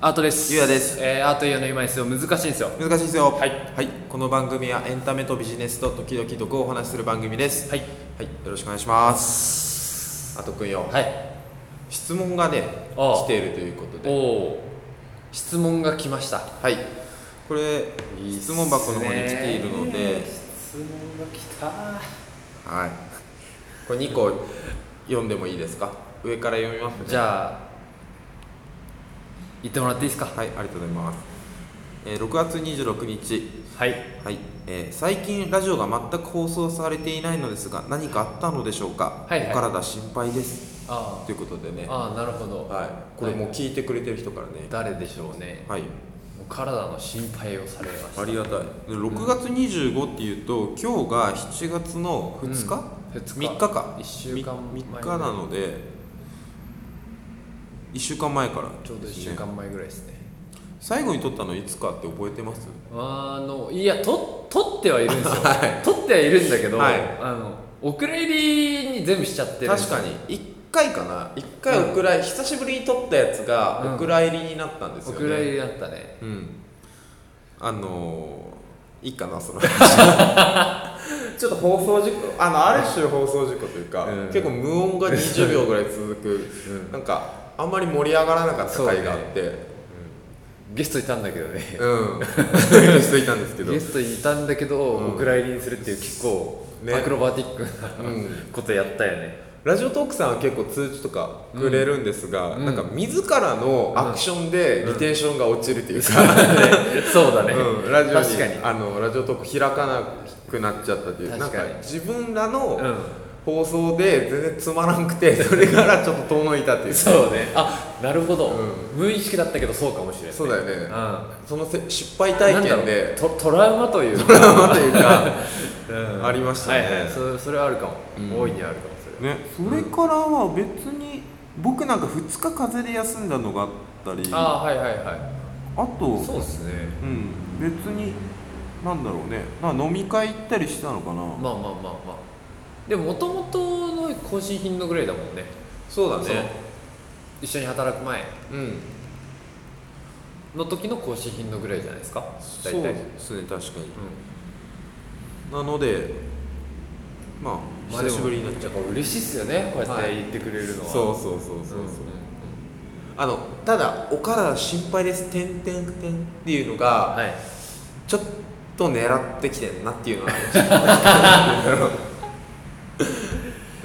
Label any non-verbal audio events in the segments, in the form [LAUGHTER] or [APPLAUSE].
アートですゆうやです、えーアートゆうやの今ですよ難しいんですよ難しいですよはい、この番組はエンタメとビジネスと時々毒をお話しする番組ですはいはい、よろしくお願いしますあとくんよ、はい質問がねああ来ているということおでお質問が来ましたはいこれ質問箱の方に来ているので質問が来たはいこれ2個読んでもいいですか上から読みますねじゃあ言ってもらっていいですかはいありがとうございます、えー6月26日はいはい、えー最近ラジオが全く放送されていないのですが何かあったのでしょうか、はいはいお体心配ですあということでねーあーなるほど、はい、これもう聞いてくれてる人からね誰でしょうねはい、お体の心配をされましたありがたいで6月25っていうと今日が7月の2日、うん二日3日か一週間前3日なので1週間前から、ちょうど1週ね間前ぐらいですね最後に撮ったのいつかって覚えてますあのいやと取ってはいるんで [LAUGHS] すよ、取ってはいるんだけど、はいあのお蔵入りに全部しちゃってるんです確よかに1回かな1回お蔵入り、久しぶりに撮ったやつうんがお蔵入りになったんですおよね、蔵入りだったねうんあのー、いいかなその [LAUGHS] 話ちょっと放送事故あのある種放送事故というか、うん結構無音が20秒ぐらい続く、うんなんかあんまり盛り上がらなかった回があってう,、ゲストいたんだけどねん [LAUGHS] ゲストいたんですけどゲストいたんだけど、うんお蔵入りにするっていう結構、ねアクロバティック [LAUGHS] な、うんことやったよねラジオトークさんは結構通知とかくれるんですが、うんなんか自らのアクションでリテンションが落ちるというか、そうだね、うん、ラジオに確かにあのラジオトーク開かなくなっちゃったとい確うかになんか自分らの、うん放送で全然つまらんくて [LAUGHS] それからちょっと遠のいたっていうそそうねあなるほど、う無意識だったけどそうかもしれない、うだよね、うん、なそのせ失敗体んだ験ろうでトトラウマというかドラマというかうん [LAUGHS] ありましたねはいはい、そそれはあるかも、うん大いにあるかもそれはねそれからは別に僕なんか2日風邪で休んだのがあったりああはいはいはいあとそうですねうん別になんだろうねなんか飲み会行ったりしたのかな、まあまあまあまあでももともとの更新頻度ぐらいだもんねそうだその一緒に働く前うんの時の更新頻度ぐらいじゃないですかそ大う体ですね確かになのでまあまあ久しぶりになっちでゃもやっぱ嬉しいっすよねこうやって言ってくれるう、のは、そうそうそうそうそう、んんあのただお体心配ですてんてんてんっていうのがはいちょっと狙ってきてんなっていうのは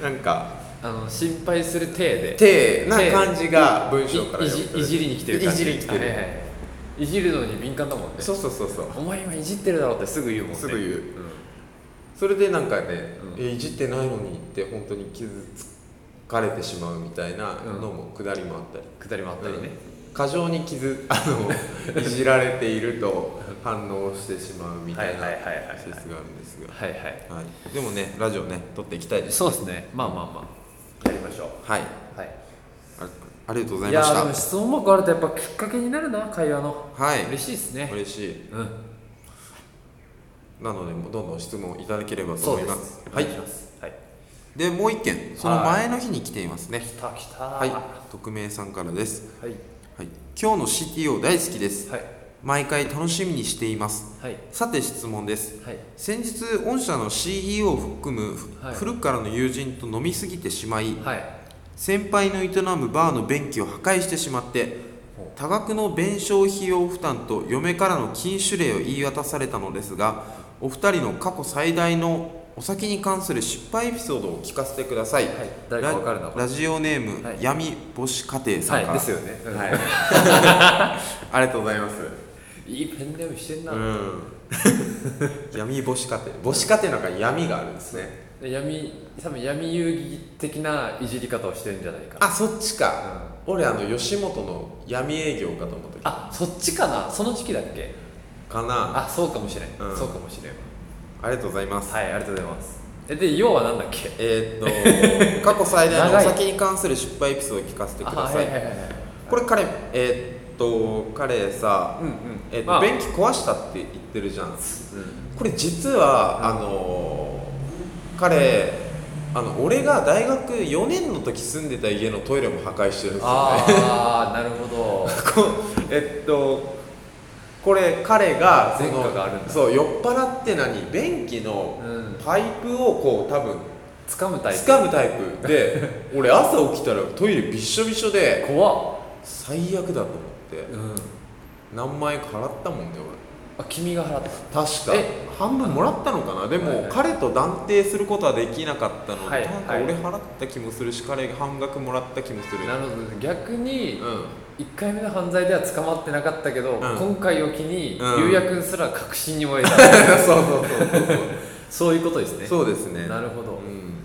なんかあの心配する体で手な感じが文章からいい読じみ取れいじりに来てる感じいじりに来てるはいはいいじるのに敏感だもんねそうそうそうそうお前今いじってるだろってすぐ言うもんねすぐ言ううんそれでなんかね、うんえいじってないのにって本当に傷つかれてしまうみたいなのもくだりもあったり、くだりもあったりね、うん過剰に傷あ [LAUGHS] のいじられていると反応してしまうみたいなはいはいはいはいはい説があるんですがはいはいはい、でもねラジオね撮っていきたいですそうですねまあまあまあやりましょうはいはいあありがとうございいまやしーでたも質問箱あるとやっぱきっかけになるな会話の、はい嬉しいですね嬉しいうんなのでもうどんどん質問いただければとそう思いでますすはいお願しますはいでもう一件その前の日に来ていますね来た来たはいは匿名さんからです、いはい、今日の CTO 大好きですはい毎回楽しみにしていますはいさて質問ですはい先日御社の CEO を含むふはい古くからの友人と飲みすぎてしまいはい先輩の営むバーの便器を破壊してしまってほ多額の弁償費用負担と嫁からの禁酒令を言い渡されたのですがお二人の過去最大のお酒に関する失敗エピソードを聞かせてください、はい誰かわかるのラかラジオネーム、はい闇母子家庭さんから、はいですよねうんはいありがとうございますいいペンネームしてんな、 [LAUGHS] うん闇母子家庭母子家庭なんか闇があるんですね闇多分闇遊戯的ないじり方をしてるんじゃないかあそっちか、俺あの吉本の闇営業かと思ったあそっちかなその時期だっけかなああそうかもしれん、うんそうかもしれんわりがとうございます、はいありがとうございますえで要はなんだっけえー、っと [LAUGHS] 過去最大のお長い酒に関する失敗エピソードを聞かせてくだあさはいいはいはいはいこれ彼えー、っと彼さ、うんうんえーっとまあ便器壊したって言ってるじゃんうんこれ実は、あのー彼あの俺が大学4年の時住んでた家のトイレも破壊してるんですよね [LAUGHS] ああなるほどこうえっとこれ彼がその前科があるんだそう酔っ払って何便器のうんパイプをこう多分掴むタイ掴むタイ [LAUGHS] プで俺朝起きたらトイレびっしょびしょプで怖っ、最悪だと思ってうん、何万円か払ったもんね俺あ君が払った確かえ半分もらったのかなでも、はいはい彼と断定することはできなかったので、はいなんかはい俺払った気もするし彼が半額もらった気もするなるほどね逆にうん1回目の犯罪では捕まってなかったけど、ん今回を機にうんゆうやくんすら確信に燃えた、 [LAUGHS] そうそうそうそう [LAUGHS] そういうことですねそうですねなるほど、うん、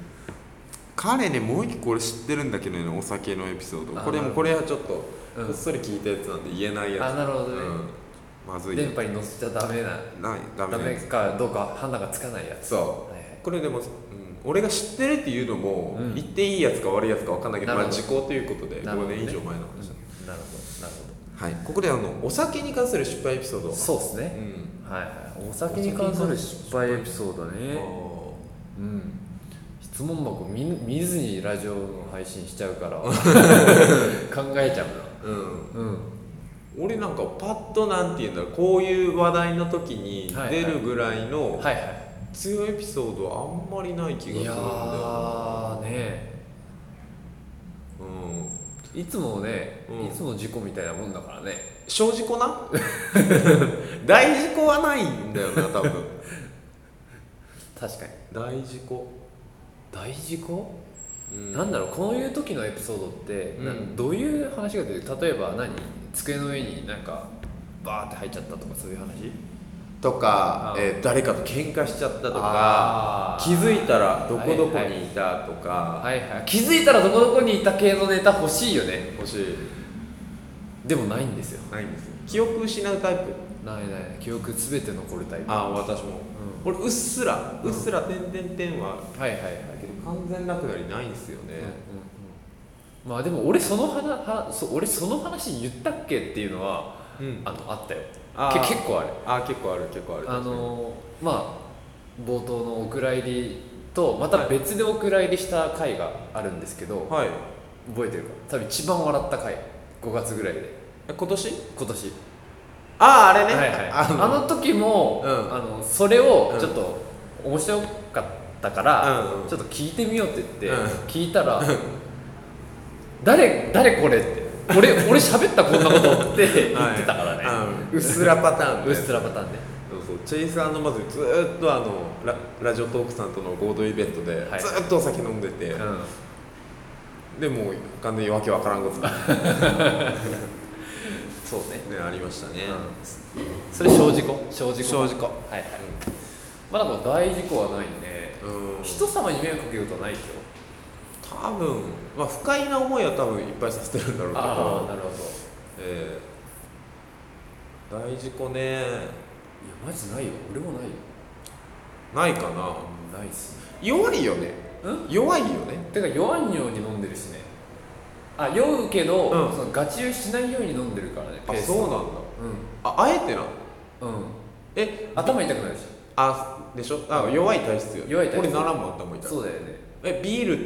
彼ねもう一個俺知ってるんだけどねお酒のエピソードあこれもこれはちょっとこうんっそり聞いたやつなんで言えないあやなるほつ、どね、うん、まずい電波に乗せちゃダメなないダメダなメやつかどうか判断がつかないやつ、そはいはいうこれでも、うん、俺が知ってるっていうのも、うん言っていいやつか悪いやつか分かんないけどなるまあほど時効ということでなるほ5どね年以上前のうんな話、るほどなるはいここであのお酒に関する失敗エピソーほドどそうですうね、んはいはいお酒に関する失敗エピソードあねうーん質問箱見見ずにラジオの配信しちゃうから [LAUGHS] 考えちゃううんなうん俺なんかパッとなんて言うんだろうこういう話題の時にはい出るぐらいのはいはい強いエピソードあんまりない気がするんいだやよなーねうんいつもね、うんいつも事故みたいなもんだからね小事 [LAUGHS] 故な大事故はないんだよな多分確かに大事故、大事故、うんなんだろうこういう時のエピソードって、うんなんどういう話が出て例えば何机の上になんかバーって入っちゃったとかそういう話とかあ、ーえー誰かと喧嘩しちゃったとかあー気づいたらどこどこにいたとか、はいはい気づいたらどこどこにいた系のネタ欲しいよね欲しいでもないんですよないんですよ記憶失うタイプないない記憶全て残るタイプはああ私も、俺うっすらうっすら点点点はいはいはい、だけど完全なくなりないんですよねうんうんうん、まあでも俺その話はそ俺その話言ったっけっていうのはうん、あのあったよあけー結構あるあー結構ある結構あるあのーまあ冒頭のお蔵入りとまた別でお蔵入りした回があるんですけどはい覚えてるか多分一番笑った回5月ぐらいでえ今年今年あああれね、はいはいあのあの時も、うんあのそれをうんちょっと面白かったから、うんうんちょっと聞いてみようって言って、うん聞いたら「誰誰これ?」って「俺俺喋ったこんなこと」って言ってたからね、はいうんうっすらパターンうねっすらパターンで、そうそうチェイスまずずーっとあのララジオトークさんとの合同イベントで、はいずーっとお酒飲んでて、うんでもう完全にわけわからんことがねそうねありました [LAUGHS] ね、それ小事故小事故小事故はいはいまあでも大事故はないねうん人様に迷惑かけることはないですよ多分まあ不快な思いは多分いっぱいさせてるんだろうけああどなるほどいえー大事故ねやマジないよ俺もないよないかなないっす弱いよねうん弱いよねてか酔わんように飲んでるしねあ酔うけど、うんそのガチ酔いしないように飲んでるからねあペースそうなんだああえてなうんうんえ頭痛くなるしあでしょあ弱い体質よ弱い体質俺ならんもん頭痛いそうだよねえビール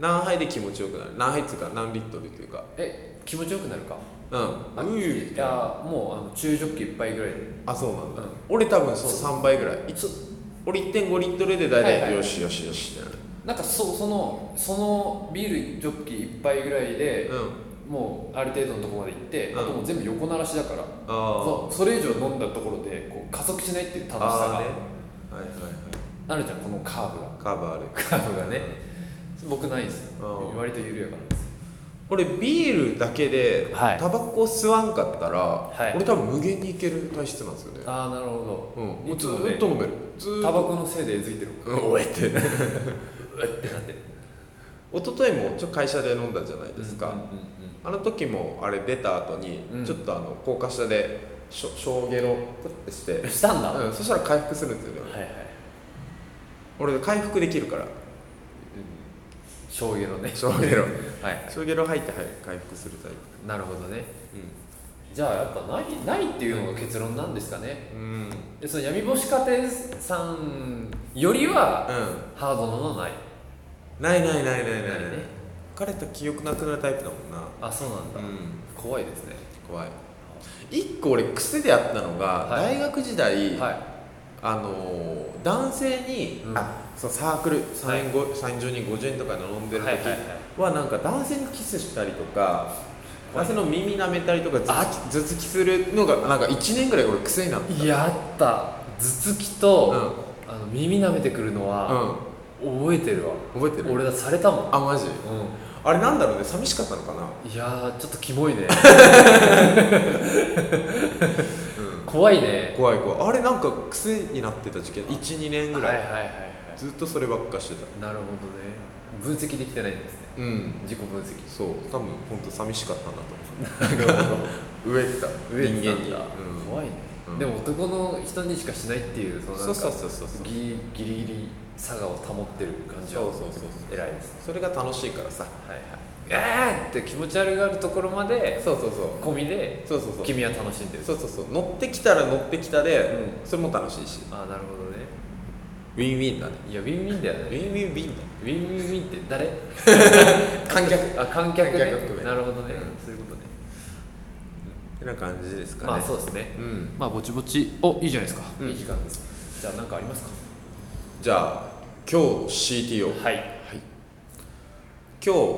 何杯で気持ちよくなる何杯っつうか何リットルっていうかえ気持ちよくなるかうんあうーいやもうあの中ジョッキいっぱいぐらいであそうなんだ、うん俺多分その3倍ぐらいいそ俺1.5リットルで大体、はいはいよしよしよしってなるなんかそそのそのビールジョッキ一杯ぐらいで、うんもうある程度のところまで行って、うんあともう全部横鳴らしだからああそうそれ以上飲んだところでこう加速しないっていう楽しさがあーねはいはいはいあるじゃんこのカーブがカバーあるカーブがね僕ないですうん割と緩やかなんです俺ビールだけではいタバコ吸わんかったら、い俺多分無限にいける体質なんですよねああなるほうんもういつずもねーっと飲めるずどーっタとバコのせいでえずいてるうん終えてってなって一昨日もちょ会社で飲んだじゃないですか、うんうんあの時もあれ出た後に、うんちょっとあの高架下でしょ小ゲロプッてしてうん、したんだ、うはん、そしたら回復するんですよねいはい俺回復できるから醤油のね小ゲロはい小ゲロ入ってはい回復するタイプなるほどねじゃあやっぱないないっていうのが結論なんですかねうんうんでその闇星家庭さんよりはハードなのはないないないないないないなないいね彼と記憶なくなるタイプだもんなあそうなんだ、うん怖いですね怖い一個俺癖であったのが、はい大学時代、はあのー男性に、うんあそうサークル3人ご30人50人とかで飲んいでる時はいはいはいはなんか男性にキスしたりとか男性の耳舐めたりとか頭頭突きするのがなんか1年ぐらい俺癖になったやった頭突きうん、と、あの耳舐めてくるのは、覚えてるわうん、覚えてる俺だされたもん、あマジうあれなんだろうね寂しかったのかな、ん、いやーちょっとキモいねう怖いねん、怖い怖いあれなんか癖になってた時期12年ぐらい、はいはいはいはずっとそればっかしてたいなるほどね分析できてないんですねうん自己分析そう多分本当寂しかったんだと思う植えてた植えてたん人だ間に、うん、怖いね、うんでも男の人にしかしないっていうそのなんそうかそうそうそうそうギリギリギリ差がを保ってる感じはそうそうそうそう偉いですそれが楽しいからさはいはいえーって気持ち悪がるところまでそうそうそう込みでそうそうそう君は楽しんでるそうそうそう乗ってきたら乗ってきたで、うそれも楽しいしああなるほどねウィンウィンだねいやウィンウィンだよねウィンウィンウィンだウィンウィンウィンって誰観客あ観客ね観客含めなるほどね、うんそういうことねてな感じですかねまあそうですねうんまあぼちぼちおいいじゃないですか、うんいい時間ですじゃあ何かありますかじゃあ今日 CTO はい今日、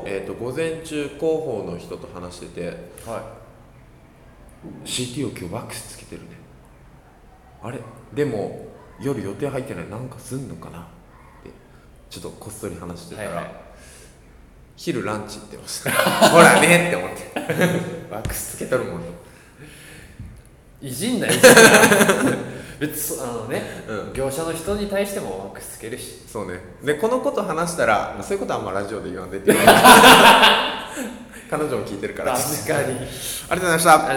えー、と午前中広報の人と話してては CTO 今日ワックスつけてるねあれでも夜予定入ってないなんかすんのかなってちょっとこっそり話してたら、はいはい昼ランチ行ってました [LAUGHS] ほらねって思って [LAUGHS] ワックスつけとるもんねいいじんないいじんない [LAUGHS] 別にそあのね、う業者の人に対してもワックスつけるしそうねでこのこと話したらそういうことあんまラジオで言わんでって [LAUGHS] 彼女も聞いてるからありがと確かにうございました